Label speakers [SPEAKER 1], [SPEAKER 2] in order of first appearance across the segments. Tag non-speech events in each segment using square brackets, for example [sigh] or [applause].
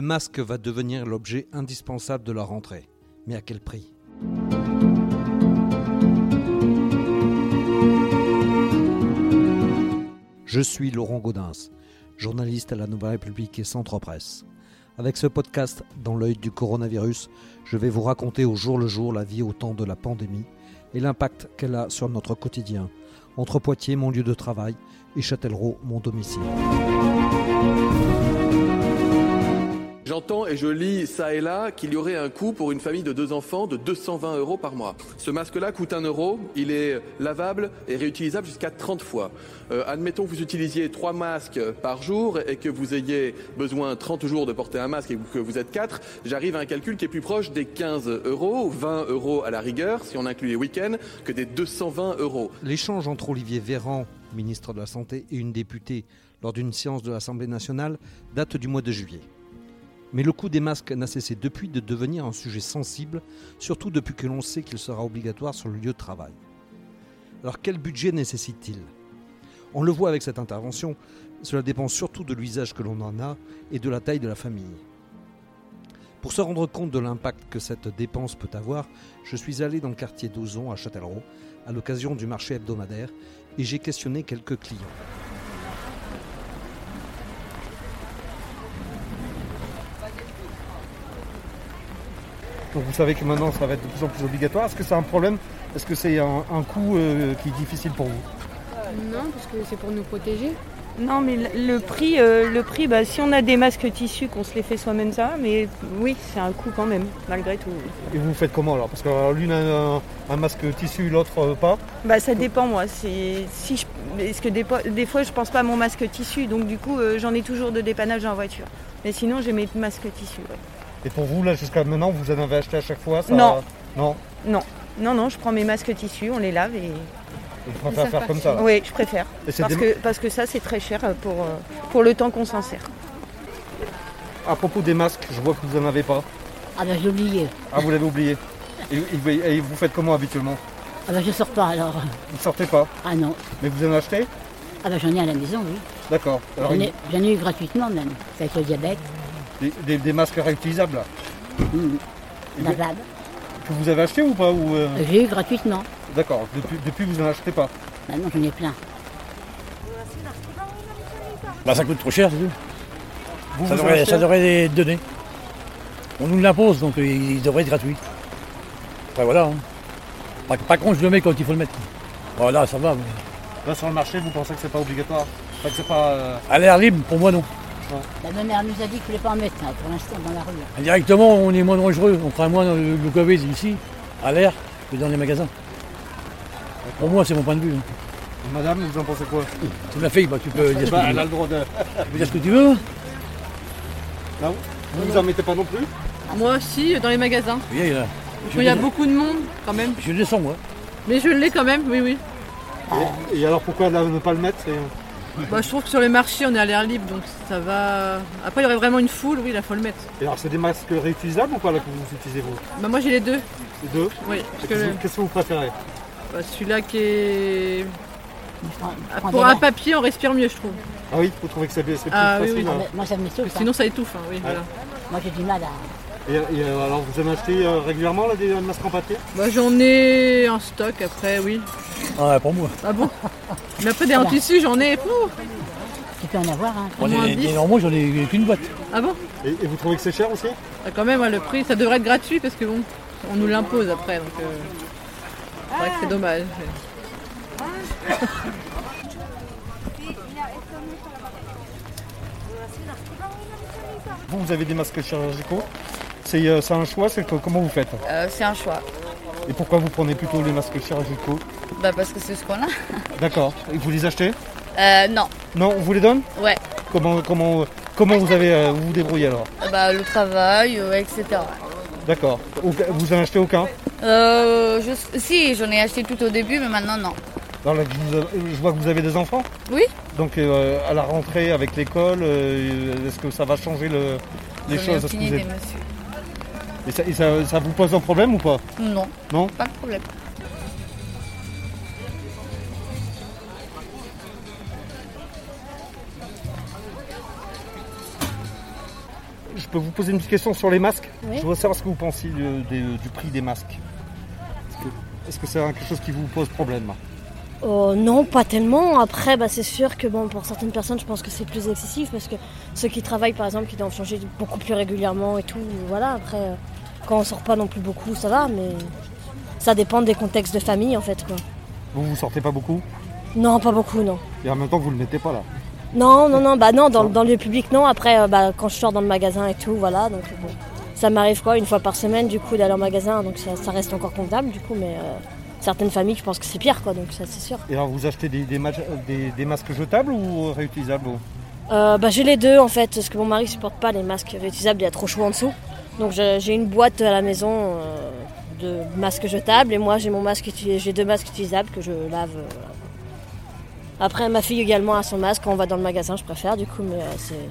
[SPEAKER 1] masque va devenir l'objet indispensable de la rentrée. Mais à quel prix Je suis Laurent Gaudens, journaliste à la Nouvelle République et Centre Presse. Avec ce podcast Dans l'œil du coronavirus, je vais vous raconter au jour le jour la vie au temps de la pandémie et l'impact qu'elle a sur notre quotidien, entre Poitiers, mon lieu de travail, et Châtellerault, mon domicile.
[SPEAKER 2] J'entends et je lis ça et là qu'il y aurait un coût pour une famille de deux enfants de 220 euros par mois. Ce masque-là coûte 1 euro, il est lavable et réutilisable jusqu'à 30 fois. Euh, admettons que vous utilisiez trois masques par jour et que vous ayez besoin 30 jours de porter un masque et que vous êtes quatre, j'arrive à un calcul qui est plus proche des 15 euros, 20 euros à la rigueur, si on inclut les week-ends, que des 220 euros.
[SPEAKER 1] L'échange entre Olivier Véran, ministre de la Santé, et une députée lors d'une séance de l'Assemblée nationale date du mois de juillet. Mais le coût des masques n'a cessé depuis de devenir un sujet sensible, surtout depuis que l'on sait qu'il sera obligatoire sur le lieu de travail. Alors quel budget nécessite-t-il On le voit avec cette intervention, cela dépend surtout de l'usage que l'on en a et de la taille de la famille. Pour se rendre compte de l'impact que cette dépense peut avoir, je suis allé dans le quartier d'Ozon à Châtellerault à l'occasion du marché hebdomadaire et j'ai questionné quelques clients.
[SPEAKER 3] Donc vous savez que maintenant ça va être de plus en plus obligatoire. Est-ce que c'est un problème Est-ce que c'est un, un coût euh, qui est difficile pour vous
[SPEAKER 4] Non, parce que c'est pour nous protéger.
[SPEAKER 5] Non, mais le- le prix, euh, le prix bah, si on a des masques tissus, qu'on se les fait soi-même ça, mais oui, c'est un coût quand même, malgré tout.
[SPEAKER 3] Et vous faites comment alors Parce que euh, l'une a un, un masque tissu, l'autre euh, pas.
[SPEAKER 5] Bah, ça dépend, moi. c'est- Si je- parce que des, po- des fois, je pense pas à mon masque tissu, donc du coup, euh, j'en ai toujours de dépannage en voiture. Mais sinon, j'ai mes masques tissus. ouais.
[SPEAKER 3] Et pour vous là jusqu'à maintenant, vous en avez acheté à chaque fois ça...
[SPEAKER 5] Non.
[SPEAKER 3] Non.
[SPEAKER 5] Non, non, je prends mes masques tissus, on les lave et.
[SPEAKER 3] On préfère
[SPEAKER 4] ça
[SPEAKER 3] faire
[SPEAKER 4] part
[SPEAKER 3] comme
[SPEAKER 4] chez
[SPEAKER 3] ça.
[SPEAKER 4] nous.
[SPEAKER 5] Oui, je préfère.
[SPEAKER 3] Et c'est
[SPEAKER 5] Parce
[SPEAKER 3] des-
[SPEAKER 5] que, parce que ça, c'est très cher euh, pour, euh, pour le temps qu'on s'en sert.
[SPEAKER 3] À propos des masques, je vois que vous en avez pas.
[SPEAKER 6] Ah ben je l'ai oublié.
[SPEAKER 3] Ah vous l'avez oublié. Et, et- et vous faites comment habituellement
[SPEAKER 6] Ah ben je sors pas alors.
[SPEAKER 3] Vous ne sortez pas.
[SPEAKER 6] Ah non.
[SPEAKER 3] Mais vous en achetez
[SPEAKER 6] Ah ben j'en ai à la maison, oui.
[SPEAKER 3] D'accord. Alors
[SPEAKER 6] J'en
[SPEAKER 3] une-
[SPEAKER 6] ai, j'en ai eu gratuitement même. Avec le diabète,
[SPEAKER 3] des, des- des masques réutilisables là.
[SPEAKER 5] Bah,
[SPEAKER 3] Et bien-
[SPEAKER 6] lavable.
[SPEAKER 3] que vous avez acheté ou pas ou euh,
[SPEAKER 6] J'ai eu gratuitement.
[SPEAKER 3] D'accord. Depuis, depuis vous en achetez pas.
[SPEAKER 6] Maintenant j'en ai plein.
[SPEAKER 7] Bah ça coûte trop cher, c'est tout.
[SPEAKER 3] Vous
[SPEAKER 7] Ça
[SPEAKER 3] vous en
[SPEAKER 7] devrait,
[SPEAKER 3] achetez
[SPEAKER 7] ça devrait être donné. On nous l'impose, donc euh, il devrait être gratuit. Après voilà. hein. Par, par contre, je le mets quand il faut le mettre. Voilà, ça va. mais-
[SPEAKER 3] Là sur le marché, vous pensez que c'est pas obligatoire Enfin, que c'est pas. euh,
[SPEAKER 7] À l'air libre, pour moi non.
[SPEAKER 6] La bonne Bah, mère nous a dit qu'il voulait pas en mettre hein, pour l'instant dans la rue.
[SPEAKER 7] Directement, on est moins dangereux. On prend moins le, le Covid ici, à l'air, que dans les magasins. Pour moi, c'est mon point de vue. hein.
[SPEAKER 3] Madame, vous en pensez quoi
[SPEAKER 7] Tu me l'as fait, bah, tu peux dire ce que
[SPEAKER 3] Bah,
[SPEAKER 7] tu
[SPEAKER 3] Elle a
[SPEAKER 7] veux.
[SPEAKER 3] le droit de.
[SPEAKER 7] Tu peux dire ce que tu veux. hein.
[SPEAKER 3] Non Vous vous en mettez pas non plus
[SPEAKER 4] Moi aussi, dans les magasins.
[SPEAKER 7] Tu viens, là.
[SPEAKER 4] Parce
[SPEAKER 7] Je,
[SPEAKER 4] qu'il y a
[SPEAKER 7] descends-
[SPEAKER 4] beaucoup de monde quand même.
[SPEAKER 7] je descends, moi.
[SPEAKER 4] Mais je l'ai quand même, oui, oui.
[SPEAKER 3] et, et alors pourquoi là, ne pas le mettre c'est-
[SPEAKER 4] Bah, je trouve que sur les marchés, on est à l'air libre, donc ça va. Après, il y aurait vraiment une foule, oui, là, faut le mettre.
[SPEAKER 3] Et alors c'est des masques réutilisables ou pas là que vous utilisez vous
[SPEAKER 4] Bah, moi, j'ai les deux.
[SPEAKER 3] Les deux
[SPEAKER 4] Oui, parce
[SPEAKER 3] Et
[SPEAKER 4] que
[SPEAKER 3] Qu'est-ce
[SPEAKER 4] le-
[SPEAKER 3] que- qu'est-ce que vous préférez
[SPEAKER 4] bah, celui-là qui est.
[SPEAKER 6] Je prends- je
[SPEAKER 4] Ah,
[SPEAKER 6] prends
[SPEAKER 4] Pour
[SPEAKER 6] des
[SPEAKER 4] un
[SPEAKER 6] verres.
[SPEAKER 4] papier, on respire mieux, je trouve.
[SPEAKER 3] Ah oui, vous trouvez que c'est bien- c'est plus
[SPEAKER 4] Ah, oui,
[SPEAKER 3] facile
[SPEAKER 4] oui.
[SPEAKER 3] hein.
[SPEAKER 6] Ah ben, Moi ça me tout
[SPEAKER 4] Parce que Sinon, ça étouffe, hein, oui, voilà.
[SPEAKER 6] Moi j'ai du mal à.
[SPEAKER 3] Et, et, euh, alors vous en achetez euh, régulièrement là des masques en papier
[SPEAKER 4] Bah, j'en ai en stock après, oui.
[SPEAKER 7] Ah, pour moi.
[SPEAKER 4] Ah
[SPEAKER 6] [laughs]
[SPEAKER 4] bon Mais après, des en
[SPEAKER 6] Voilà.
[SPEAKER 4] tissu, j'en ai. Ouh
[SPEAKER 6] Tu peux en avoir hein.
[SPEAKER 7] Moi,
[SPEAKER 4] moins
[SPEAKER 7] des- des
[SPEAKER 4] dix.
[SPEAKER 7] normaux, j'en ai qu'une boîte.
[SPEAKER 4] Ah bon
[SPEAKER 3] et, et vous trouvez que c'est cher aussi
[SPEAKER 4] Ah, Quand même, ouais, le prix, ça devrait être gratuit parce que bon, on nous l'impose après, donc. euh, C'est vrai que c'est dommage.
[SPEAKER 3] Vous, vous avez des masques chirurgicaux c'est euh, c'est un choix, c'est que- comment vous faites
[SPEAKER 8] c'est Euh, un choix.
[SPEAKER 3] Et pourquoi vous prenez plutôt les masques chirurgicaux
[SPEAKER 8] Bah parce que c'est ce qu'on a. [laughs]
[SPEAKER 3] D'accord. Et vous les achetez
[SPEAKER 8] Euh, non,
[SPEAKER 3] Non, on vous les donne
[SPEAKER 8] ouais.
[SPEAKER 3] Comment comment comment vous avez euh, vous vous débrouillez alors
[SPEAKER 8] Bah le travail, euh, etc.
[SPEAKER 3] D'accord. Aucun- Vous en achetez aucun
[SPEAKER 8] Euh, je- Si, j'en ai acheté tout au début, mais maintenant non.
[SPEAKER 3] Alors là, je, vous- euh, je vois que vous avez des enfants.
[SPEAKER 8] Oui.
[SPEAKER 3] Donc euh, à la rentrée avec l'école, euh, est-ce que ça va changer le- les
[SPEAKER 8] J'en ai
[SPEAKER 3] choses
[SPEAKER 8] aucune
[SPEAKER 3] est-ce que vous
[SPEAKER 8] idée,
[SPEAKER 3] êtes-
[SPEAKER 8] monsieur.
[SPEAKER 3] Et, ça, et ça- ça vous pose un problème ou pas
[SPEAKER 8] Non.
[SPEAKER 3] Non
[SPEAKER 8] Pas de problème.
[SPEAKER 3] je peux vous poser une petite question sur les masques
[SPEAKER 6] Oui.
[SPEAKER 3] Je voudrais savoir ce que vous pensez de- des- du prix des masques. Est-ce que- Est-ce que c'est quelque chose qui vous pose problème
[SPEAKER 9] Euh, non, pas tellement. Après, bah, c'est sûr que bon, pour certaines personnes, je pense que c'est plus excessif parce que ceux qui travaillent, par exemple, qui doivent changer beaucoup plus régulièrement et tout, voilà. Après, euh, quand on sort pas non plus beaucoup, ça va, mais ça dépend des contextes de famille en fait. Quoi.
[SPEAKER 3] Vous vous sortez pas beaucoup
[SPEAKER 9] Non, pas beaucoup, non.
[SPEAKER 3] et en même temps vous le mettez pas là.
[SPEAKER 9] Non, non, non, bah non, dans, dans le lieu public, non. Après, euh, bah, quand je sors dans le magasin et tout, voilà, donc bon. Ça m'arrive quoi, une fois par semaine, du coup, d'aller en magasin, donc ça, ça reste encore comptable, du coup, mais euh, certaines familles, je pense que c'est pire, quoi, donc ça, c'est sûr.
[SPEAKER 3] Et alors vous achetez des, des maj- des- des masques jetables ou réutilisables vous
[SPEAKER 9] Euh, bah, j'ai les deux en fait, parce que mon mari supporte pas les masques réutilisables, il y a trop chaud en dessous. Donc je- j'ai une boîte à la maison euh, de masques jetables et moi j'ai mon masque uti- j'ai deux masques utilisables que je lave. euh, voilà. Après ma fille également a son masque quand on va dans le magasin, je préfère du coup, mais euh, c'est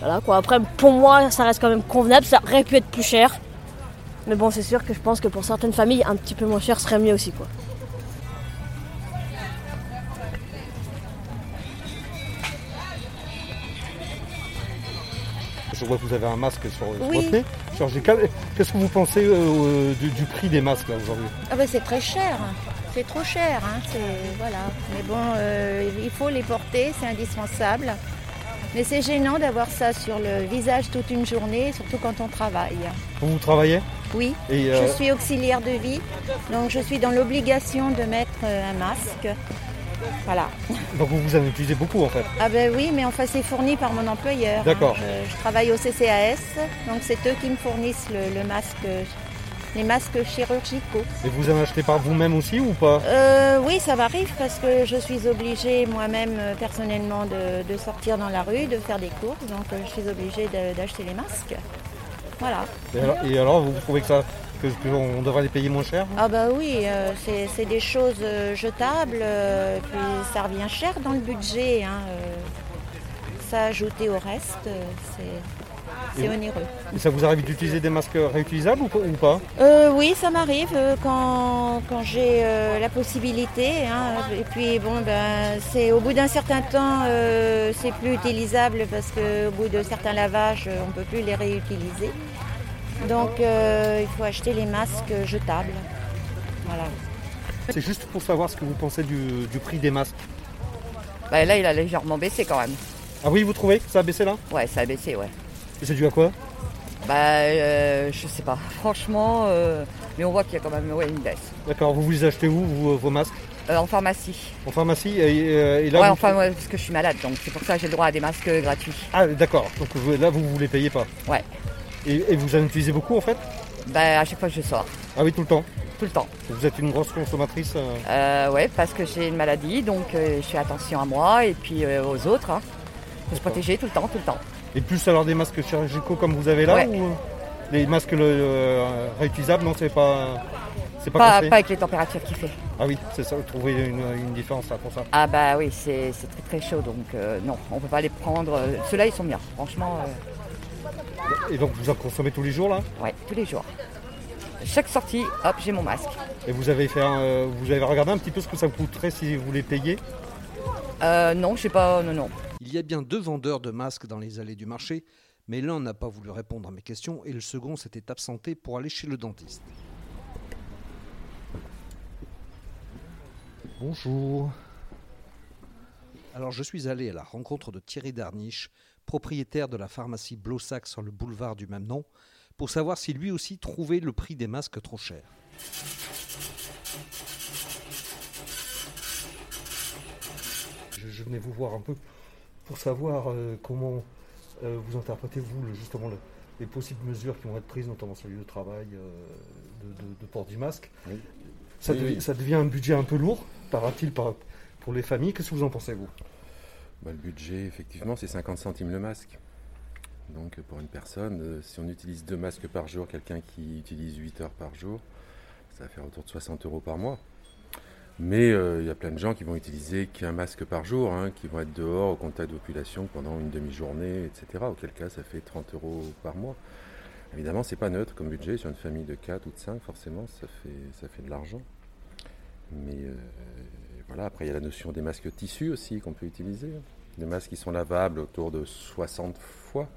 [SPEAKER 9] voilà quoi. Après pour moi ça reste quand même convenable, ça aurait pu être plus cher, mais bon c'est sûr que je pense que pour certaines familles un petit peu moins cher serait mieux aussi quoi.
[SPEAKER 3] Je vois que vous avez un masque sur sur
[SPEAKER 10] Oui.
[SPEAKER 3] votre nez. chirurgical. Qu'est-ce que vous pensez euh, du, du prix des masques là aujourd'hui
[SPEAKER 10] Ah bah, c'est très cher, c'est trop cher, hein, c'est- voilà. Mais bon, euh, il faut les porter, c'est indispensable. Mais c'est gênant d'avoir ça sur le visage toute une journée, surtout quand on travaille.
[SPEAKER 3] Vous, vous travaillez
[SPEAKER 10] Oui,
[SPEAKER 3] Et, euh,
[SPEAKER 10] je suis auxiliaire de vie, donc je suis dans l'obligation de mettre euh, un masque. Voilà.
[SPEAKER 3] Donc vous, vous en utilisez beaucoup en fait.
[SPEAKER 10] Ah ben oui, mais enfin c'est fourni par mon employeur. hein. Euh,
[SPEAKER 3] D'accord.
[SPEAKER 10] Je, je travaille au CCAS, donc c'est eux qui me fournissent le, le masque, les masques chirurgicaux.
[SPEAKER 3] Et vous en achetez par vous-même aussi ou pas
[SPEAKER 10] Euh, oui, ça m'arrive parce que je suis obligée moi-même euh, personnellement de, de sortir dans la rue, de faire des courses, donc euh, je suis obligée de- d'acheter les masques. Voilà.
[SPEAKER 3] et alors, et alors, vous trouvez que ça que, que on devrait les payer moins cher
[SPEAKER 10] Ah bah oui, euh, c'est c'est des choses euh, jetables, euh, puis ça revient cher dans le budget. hein, euh, ça ajouté au reste, euh, c'est-
[SPEAKER 3] Et
[SPEAKER 10] c'est
[SPEAKER 3] vous-
[SPEAKER 10] onéreux.
[SPEAKER 3] Et ça vous arrive d'utiliser des masques réutilisables ou, pas- ou pas
[SPEAKER 10] Euh, oui, ça m'arrive euh, quand, quand j'ai euh, la possibilité. hein. Et puis bon, ben, c'est au bout d'un certain temps, euh, c'est plus utilisable parce qu'au bout de certains lavages, euh, on ne peut plus les réutiliser. Donc euh, il faut acheter les masques euh, jetables. Voilà.
[SPEAKER 3] C'est juste pour savoir ce que vous pensez du, du prix des masques.
[SPEAKER 11] Bah, là, il a légèrement baissé quand même.
[SPEAKER 3] Ah oui, vous trouvez que ça a baissé là
[SPEAKER 11] Ouais, ça a baissé, ouais.
[SPEAKER 3] Et c'est dû à quoi
[SPEAKER 11] Bah, euh, je sais pas. Franchement, euh, mais on voit qu'il y a quand même ouais, une baisse.
[SPEAKER 3] D'accord, vous vous les achetez où, vous, euh, vos masques
[SPEAKER 11] Euh, en pharmacie.
[SPEAKER 3] En pharmacie et, euh, et là
[SPEAKER 11] ouais,
[SPEAKER 3] vous-
[SPEAKER 11] enfin, ouais, parce que je suis malade, donc c'est pour ça que j'ai le droit à des masques gratuits.
[SPEAKER 3] Ah d'accord, donc vous- là vous vous les payez pas.
[SPEAKER 11] Ouais.
[SPEAKER 3] Et, et vous en utilisez beaucoup en fait
[SPEAKER 11] Bah, à chaque fois que je sors.
[SPEAKER 3] Ah oui, tout le temps
[SPEAKER 11] Tout le temps.
[SPEAKER 3] Vous êtes une grosse consommatrice euh,
[SPEAKER 11] Euh, ouais, parce que j'ai une maladie, donc euh, je fais attention à moi et puis euh, aux autres. Hein. Faut se protéger tout le temps, tout le temps.
[SPEAKER 3] Et plus alors des masques chirurgicaux comme vous avez là
[SPEAKER 11] Ouais.
[SPEAKER 3] ou, euh, Les masques le- euh, réutilisables, non, c'est pas. C'est pas,
[SPEAKER 11] Pas,
[SPEAKER 3] conseillé
[SPEAKER 11] pas avec les températures qu'il fait.
[SPEAKER 3] Ah oui, c'est ça, vous trouvez une, une différence là pour ça.
[SPEAKER 11] Ah bah oui, c'est c'est très très chaud, donc euh, non, on peut pas les prendre. Euh, Ceux-là, ils sont bien, franchement. euh,
[SPEAKER 3] Et donc vous en consommez tous les jours là
[SPEAKER 11] Ouais, tous les jours. Chaque sortie, hop, j'ai mon masque.
[SPEAKER 3] Et vous avez fait un, euh, vous avez regardé un petit peu ce que ça vous coûterait si vous les payez
[SPEAKER 11] Euh, non, je sais pas, non, non.
[SPEAKER 1] Il y a bien deux vendeurs de masques dans les allées du marché, mais l'un n'a pas voulu répondre à mes questions et le second s'était absenté pour aller chez le dentiste.
[SPEAKER 3] Bonjour.
[SPEAKER 1] Alors je suis allé à la rencontre de Thierry Darniche, propriétaire de la pharmacie Blossac sur le boulevard du même nom, pour savoir si lui aussi trouvait le prix des masques trop cher.
[SPEAKER 3] Je, je venais vous voir un peu pour savoir euh, comment euh, vous interprétez, vous, le- justement, le- les possibles mesures qui vont être prises, notamment sur le lieu de travail, euh, de, de- de port du masque. Ça,
[SPEAKER 12] Oui,
[SPEAKER 3] devi-
[SPEAKER 12] oui.
[SPEAKER 3] ça devient un budget un peu lourd, paraît-il, par- pour les familles. Qu'est-ce que vous en pensez, vous
[SPEAKER 12] Bah, le budget, effectivement, c'est 50 centimes le masque. Donc euh, pour une personne, euh, si on utilise deux masques par jour, quelqu'un qui utilise 8 heures par jour, ça va faire autour de 60 euros par mois. Mais euh, il y a plein de gens qui vont utiliser qu'un masque par jour, hein, qui vont être dehors au contact de la population pendant une demi-journée, etc. Auquel cas, ça fait 30 euros par mois. Évidemment, c'est pas neutre comme budget. Sur une famille de 4 ou de 5, forcément, ça fait, ça fait de l'argent. Mais euh, voilà, après, il y a la notion des masques tissus aussi qu'on peut utiliser. Des masques qui sont lavables autour de 60 fois,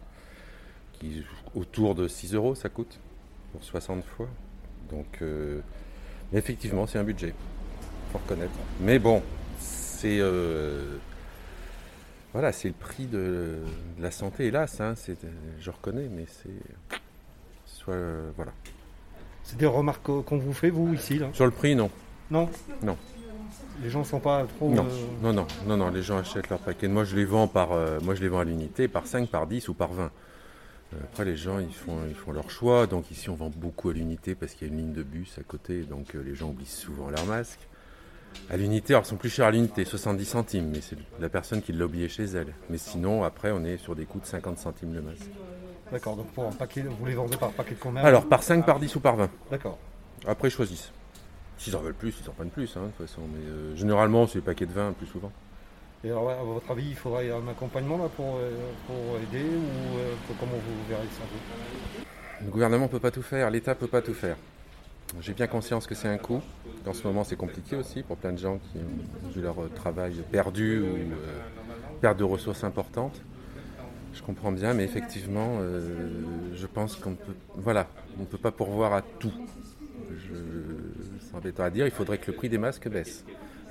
[SPEAKER 12] qui autour de 6 euros ça coûte pour 60 fois. Donc, euh, mais effectivement, c'est un budget, faut reconnaître. Mais bon, c'est euh, voilà, c'est le prix de, de la santé, hélas. hein, c'est, je reconnais, mais c'est soit euh, voilà.
[SPEAKER 3] C'est des remarques euh, qu'on vous fait, vous, ici là
[SPEAKER 12] Sur le prix, non.
[SPEAKER 3] Non
[SPEAKER 12] Non.
[SPEAKER 3] Les gens sont pas trop.
[SPEAKER 12] Non,
[SPEAKER 3] euh,
[SPEAKER 12] non, non, non, non, les gens achètent leur paquet. Moi, je les vends par, euh, moi, je les vends à l'unité, par 5, par 10 ou par 20. Euh, Après, les gens, ils font, ils font leur choix. Donc ici, on vend beaucoup à l'unité parce qu'il y a une ligne de bus à côté, donc euh, les gens oublient souvent leur masque. À l'unité, alors, ils sont plus chers à l'unité, 70 centimes, mais c'est la personne qui l'a oublié chez elle. Mais sinon, après, on est sur des coûts de 50 centimes le masque.
[SPEAKER 3] D'accord, donc pour un paquet, vous les vendez par paquet de combien
[SPEAKER 12] Alors, par 5, par 10 ou par 20
[SPEAKER 3] D'accord.
[SPEAKER 12] Après, ils choisissent. S'ils en veulent plus, ils en prennent plus, hein, de toute façon. Mais euh, généralement, c'est les paquets de 20 plus souvent.
[SPEAKER 3] Et alors, à votre avis, il faudrait un accompagnement là pour, euh, pour aider ou euh, pour- comment vous verrez ça vous
[SPEAKER 12] Le gouvernement peut pas tout faire, l'État peut pas tout faire. J'ai bien conscience que c'est un coût. En ce moment, c'est compliqué aussi pour plein de gens qui ont vu leur euh, travail perdu ou euh, perte de ressources importantes. Je comprends bien, mais effectivement, euh, je pense qu'on peut, voilà, on ne peut pas pourvoir à tout. Je- C'est embêtant à dire. Il faudrait que le prix des masques baisse.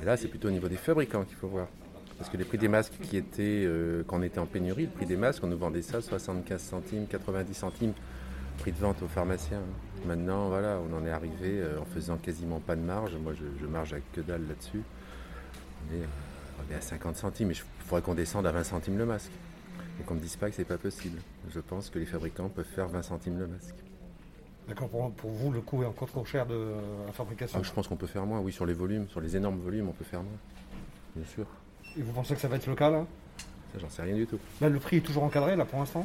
[SPEAKER 12] Et là, c'est plutôt au niveau des fabricants qu'il faut voir. Parce que les prix des masques qui étaient, euh, quand on était en pénurie, le prix des masques, on nous vendait ça 75 centimes, 90 centimes, prix de vente aux pharmaciens. Maintenant, voilà, on en est arrivé euh, en faisant quasiment pas de marge. Moi, je, je marge à que dalle là-dessus. On est, euh, on est à 50 centimes, mais il faudrait qu'on descende à 20 centimes le masque. Et qu'on ne me dise pas que c'est pas possible. Je pense que les fabricants peuvent faire 20 centimes le masque.
[SPEAKER 3] D'accord, pour, pour vous, le coût est encore trop cher de euh, la fabrication.
[SPEAKER 12] Ah, je pense qu'on peut faire moins, oui, sur les volumes, sur les énormes volumes, on peut faire moins. Bien sûr.
[SPEAKER 3] Et vous pensez que ça va être le cas là
[SPEAKER 12] Ça, j'en sais rien du tout.
[SPEAKER 3] Là, le prix est toujours encadré là pour l'instant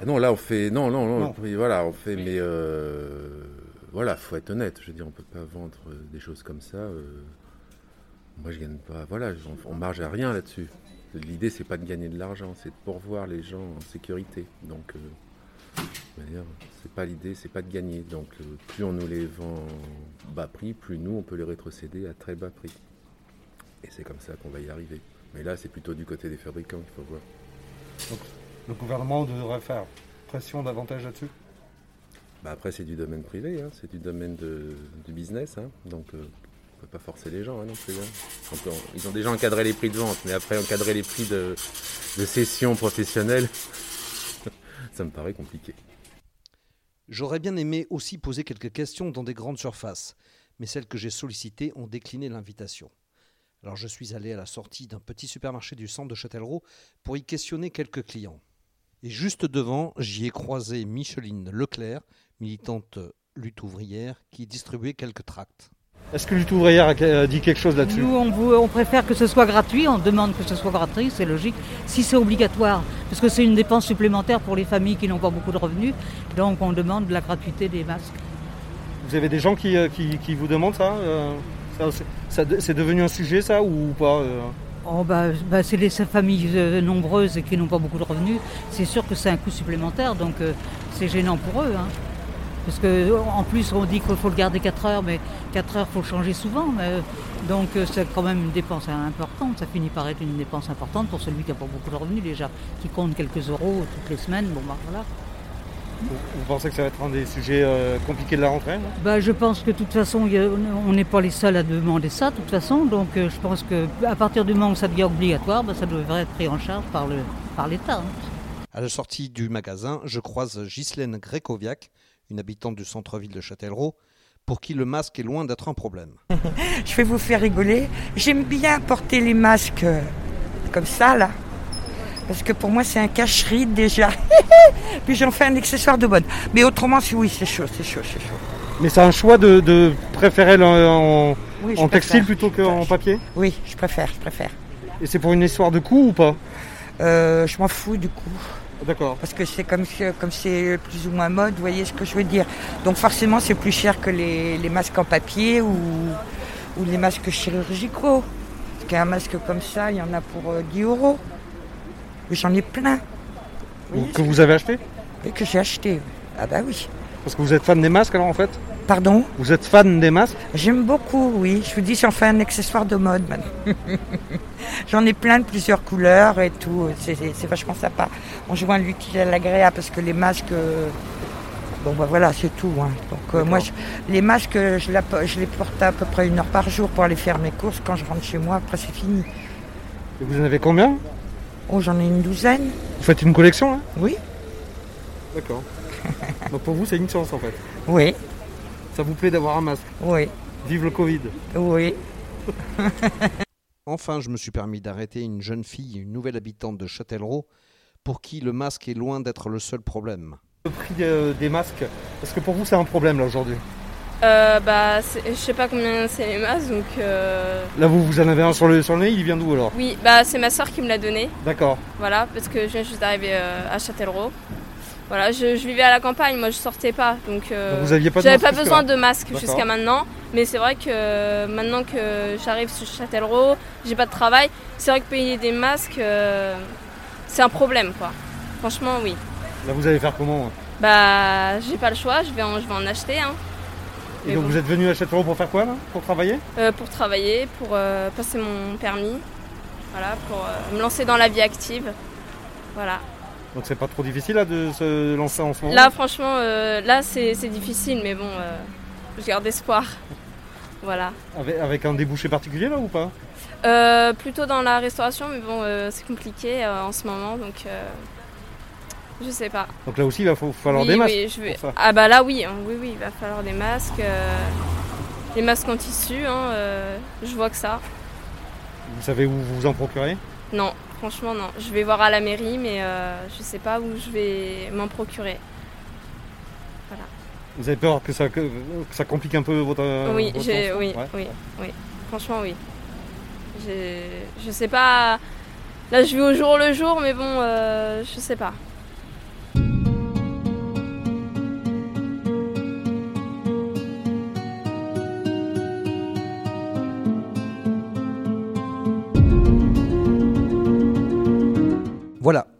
[SPEAKER 12] Ah non, là, on fait. Non, non, non.
[SPEAKER 3] Non.
[SPEAKER 12] oui, Voilà, on fait. Mais euh, voilà, faut être honnête. Je veux dire, on peut pas vendre euh, des choses comme ça. euh, Moi, je gagne pas. Voilà, on, on marge à rien là-dessus. L'idée, c'est pas de gagner de l'argent, c'est de pourvoir les gens en sécurité. Donc, euh, de manière, c'est pas l'idée, c'est pas de gagner. Donc, euh, plus on nous les vend bas prix, plus nous, on peut les rétrocéder à très bas prix. Et c'est comme ça qu'on va y arriver. Mais là, c'est plutôt du côté des fabricants qu'il faut voir.
[SPEAKER 3] Donc, le gouvernement devrait faire pression davantage là-dessus
[SPEAKER 12] Bah après, c'est du domaine privé, hein, c'est du domaine de- du business, hein, donc euh, on peut pas forcer les gens hein, non plus. hein. On peut- on- ils ont déjà encadré les prix de vente, mais après encadrer les prix de, de cession professionnelle, [laughs] ça me paraît compliqué.
[SPEAKER 1] J'aurais bien aimé aussi poser quelques questions dans des grandes surfaces, mais celles que j'ai sollicitées ont décliné l'invitation. Alors je suis allé à la sortie d'un petit supermarché du centre de Châtellerault pour y questionner quelques clients. Et juste devant, j'y ai croisé Micheline Leclerc, militante lutte ouvrière, qui distribuait quelques tracts.
[SPEAKER 3] Est-ce que Lutte Ouvrière a a dit quelque chose là-dessus
[SPEAKER 13] Nous, on, vou- on préfère que ce soit gratuit, on demande que ce soit gratuit, c'est logique, si c'est obligatoire, parce que c'est une dépense supplémentaire pour les familles qui n'ont pas beaucoup de revenus, donc on demande la gratuité des masques.
[SPEAKER 3] Vous avez des gens qui, euh, qui- qui vous demandent ça, euh, ça, c'est- ça de- C'est devenu un sujet ça ou pas euh
[SPEAKER 13] Oh, bah, bah, c'est les familles euh, nombreuses et qui n'ont pas beaucoup de revenus, c'est sûr que c'est un coût supplémentaire, donc euh, c'est gênant pour eux. hein. Parce que euh, en plus on dit qu'il faut le garder 4 heures, mais 4 heures faut le changer souvent. mais- donc euh, c'est quand même une dépense importante, ça finit par être une dépense importante pour celui qui n'a pas beaucoup de revenus déjà, qui compte quelques euros toutes les semaines, bon bah voilà.
[SPEAKER 3] vous, vous pensez que ça va être un des sujets euh, compliqués de la rentrée non
[SPEAKER 13] Bah, je pense que de toute façon, il y a- on n'est pas les seuls à demander ça, de toute façon. Donc euh, je pense que à partir du moment où ça devient obligatoire, bah, ça devrait être pris en charge par le par l'État. hein.
[SPEAKER 1] À la sortie du magasin, je croise Ghislaine Grécoviac, une habitante du centre-ville de Châtellerault, pour qui le masque est loin d'être un problème.
[SPEAKER 14] Je vais vous faire rigoler. J'aime bien porter les masques euh, comme ça, là. Parce que pour moi, c'est un cache-ride déjà. [laughs] Puis j'en fais un accessoire de mode. Mais autrement, c'est oui, c'est chaud, c'est chaud, c'est chaud.
[SPEAKER 3] Mais c'est un choix de, de préférer le- en,
[SPEAKER 14] Oui, je
[SPEAKER 3] en textile
[SPEAKER 14] préfère.
[SPEAKER 3] plutôt qu'en papier
[SPEAKER 14] Oui, je préfère, je préfère. Euh,
[SPEAKER 3] Et c'est pour une histoire de coût ou pas
[SPEAKER 14] Je m'en fous du coup.
[SPEAKER 3] D'accord.
[SPEAKER 14] Parce que c'est comme si- comme c'est plus ou moins mode, vous voyez ce que je veux dire. Donc forcément, c'est plus cher que les, les masques en papier ou, ou les masques chirurgicaux. Parce qu'un masque comme ça, il y en a pour euh, 10 euros. Mais j'en ai plein.
[SPEAKER 3] Que vous avez acheté
[SPEAKER 14] Et que j'ai acheté. Ah bah oui.
[SPEAKER 3] Parce que vous êtes fan des masques alors en fait
[SPEAKER 14] Pardon
[SPEAKER 1] Vous êtes fan des masques
[SPEAKER 14] J'aime beaucoup, oui. Je vous dis, j'en fais un accessoire de mode maintenant. [laughs] j'en ai plein de plusieurs couleurs et tout. C'est- C'est c'est vachement sympa. On joint l'utile à l'agréable parce que les masques. euh, Bon, bah voilà, c'est tout. hein. Donc, euh, moi, je- les masques, euh, je, la po- je les porte à peu près une heure par jour pour aller faire mes courses. Quand je rentre chez moi, après, c'est fini.
[SPEAKER 1] Et vous en avez combien
[SPEAKER 14] Oh, j'en ai une douzaine.
[SPEAKER 1] Vous faites une collection là
[SPEAKER 14] Oui.
[SPEAKER 1] D'accord. Donc pour vous, c'est une chance en fait.
[SPEAKER 14] Oui.
[SPEAKER 1] Ça vous plaît d'avoir un masque
[SPEAKER 14] Oui.
[SPEAKER 1] Vive le Covid.
[SPEAKER 14] Oui.
[SPEAKER 1] [laughs] enfin, je me suis permis d'arrêter une jeune fille, une nouvelle habitante de Châtellerault, pour qui le masque est loin d'être le seul problème.
[SPEAKER 3] Le prix euh, des masques, est-ce que pour vous c'est un problème là aujourd'hui
[SPEAKER 15] Euh, bah, c'est- je sais pas combien c'est les masques, donc. euh,
[SPEAKER 3] Là vous, vous en avez un sur le, sur le nez, il vient d'où alors
[SPEAKER 15] Oui, bah, c'est ma soeur qui me l'a donné.
[SPEAKER 3] D'accord.
[SPEAKER 15] Voilà, parce que je viens juste d'arriver euh, à Châtellerault. Voilà, je, je vivais à la campagne, moi je sortais pas, donc. euh,
[SPEAKER 3] Donc vous aviez pas de
[SPEAKER 15] J'avais
[SPEAKER 3] masque
[SPEAKER 15] pas besoin
[SPEAKER 3] jusque-là
[SPEAKER 15] de masque
[SPEAKER 3] D'accord.
[SPEAKER 15] jusqu'à maintenant, mais c'est vrai que euh, maintenant que j'arrive sur Châtellerault, j'ai pas de travail, c'est vrai que payer des masques, euh, c'est un problème, quoi. Franchement, oui.
[SPEAKER 3] Là vous allez faire comment hein
[SPEAKER 15] Bah, j'ai pas le choix, je vais en, je vais en acheter, hein.
[SPEAKER 3] Et
[SPEAKER 15] Mais
[SPEAKER 3] donc
[SPEAKER 15] bon.
[SPEAKER 3] vous êtes venu à Châtellerault pour faire quoi là Pour travailler
[SPEAKER 15] Euh, pour travailler, pour euh, passer mon permis, voilà, pour euh, me lancer dans la vie active. Voilà.
[SPEAKER 3] Donc c'est pas trop difficile là de se lancer en ce moment
[SPEAKER 15] Là, franchement, euh, là, c'est c'est difficile, mais bon, euh, je garde espoir. [laughs] Voilà.
[SPEAKER 3] avec, avec un débouché particulier là ou pas
[SPEAKER 15] Euh, plutôt dans la restauration, mais bon, euh, c'est compliqué euh, en ce moment, donc euh, je sais pas.
[SPEAKER 3] Donc là aussi il va fa- falloir
[SPEAKER 15] Oui,
[SPEAKER 3] des masques.
[SPEAKER 15] oui, je vais-
[SPEAKER 3] pour ça.
[SPEAKER 15] Ah bah là, oui, hein, oui, oui, il va falloir des masques, euh, des masques en tissu, hein, euh, je vois que ça.
[SPEAKER 3] Vous savez où vous vous en procurez
[SPEAKER 15] Non, franchement non. Je vais voir à la mairie, mais euh, je sais pas où je vais m'en procurer. Voilà.
[SPEAKER 3] Vous avez peur que ça, que, que ça complique un peu votre.
[SPEAKER 15] oui,
[SPEAKER 3] votre
[SPEAKER 15] j'ai,
[SPEAKER 3] lancement
[SPEAKER 15] oui,
[SPEAKER 3] Euh, Ouais.
[SPEAKER 15] oui, oui. Franchement oui. J'ai, je sais pas. Là, je vis au jour le jour, mais bon, euh, je sais pas.
[SPEAKER 1] Voilà,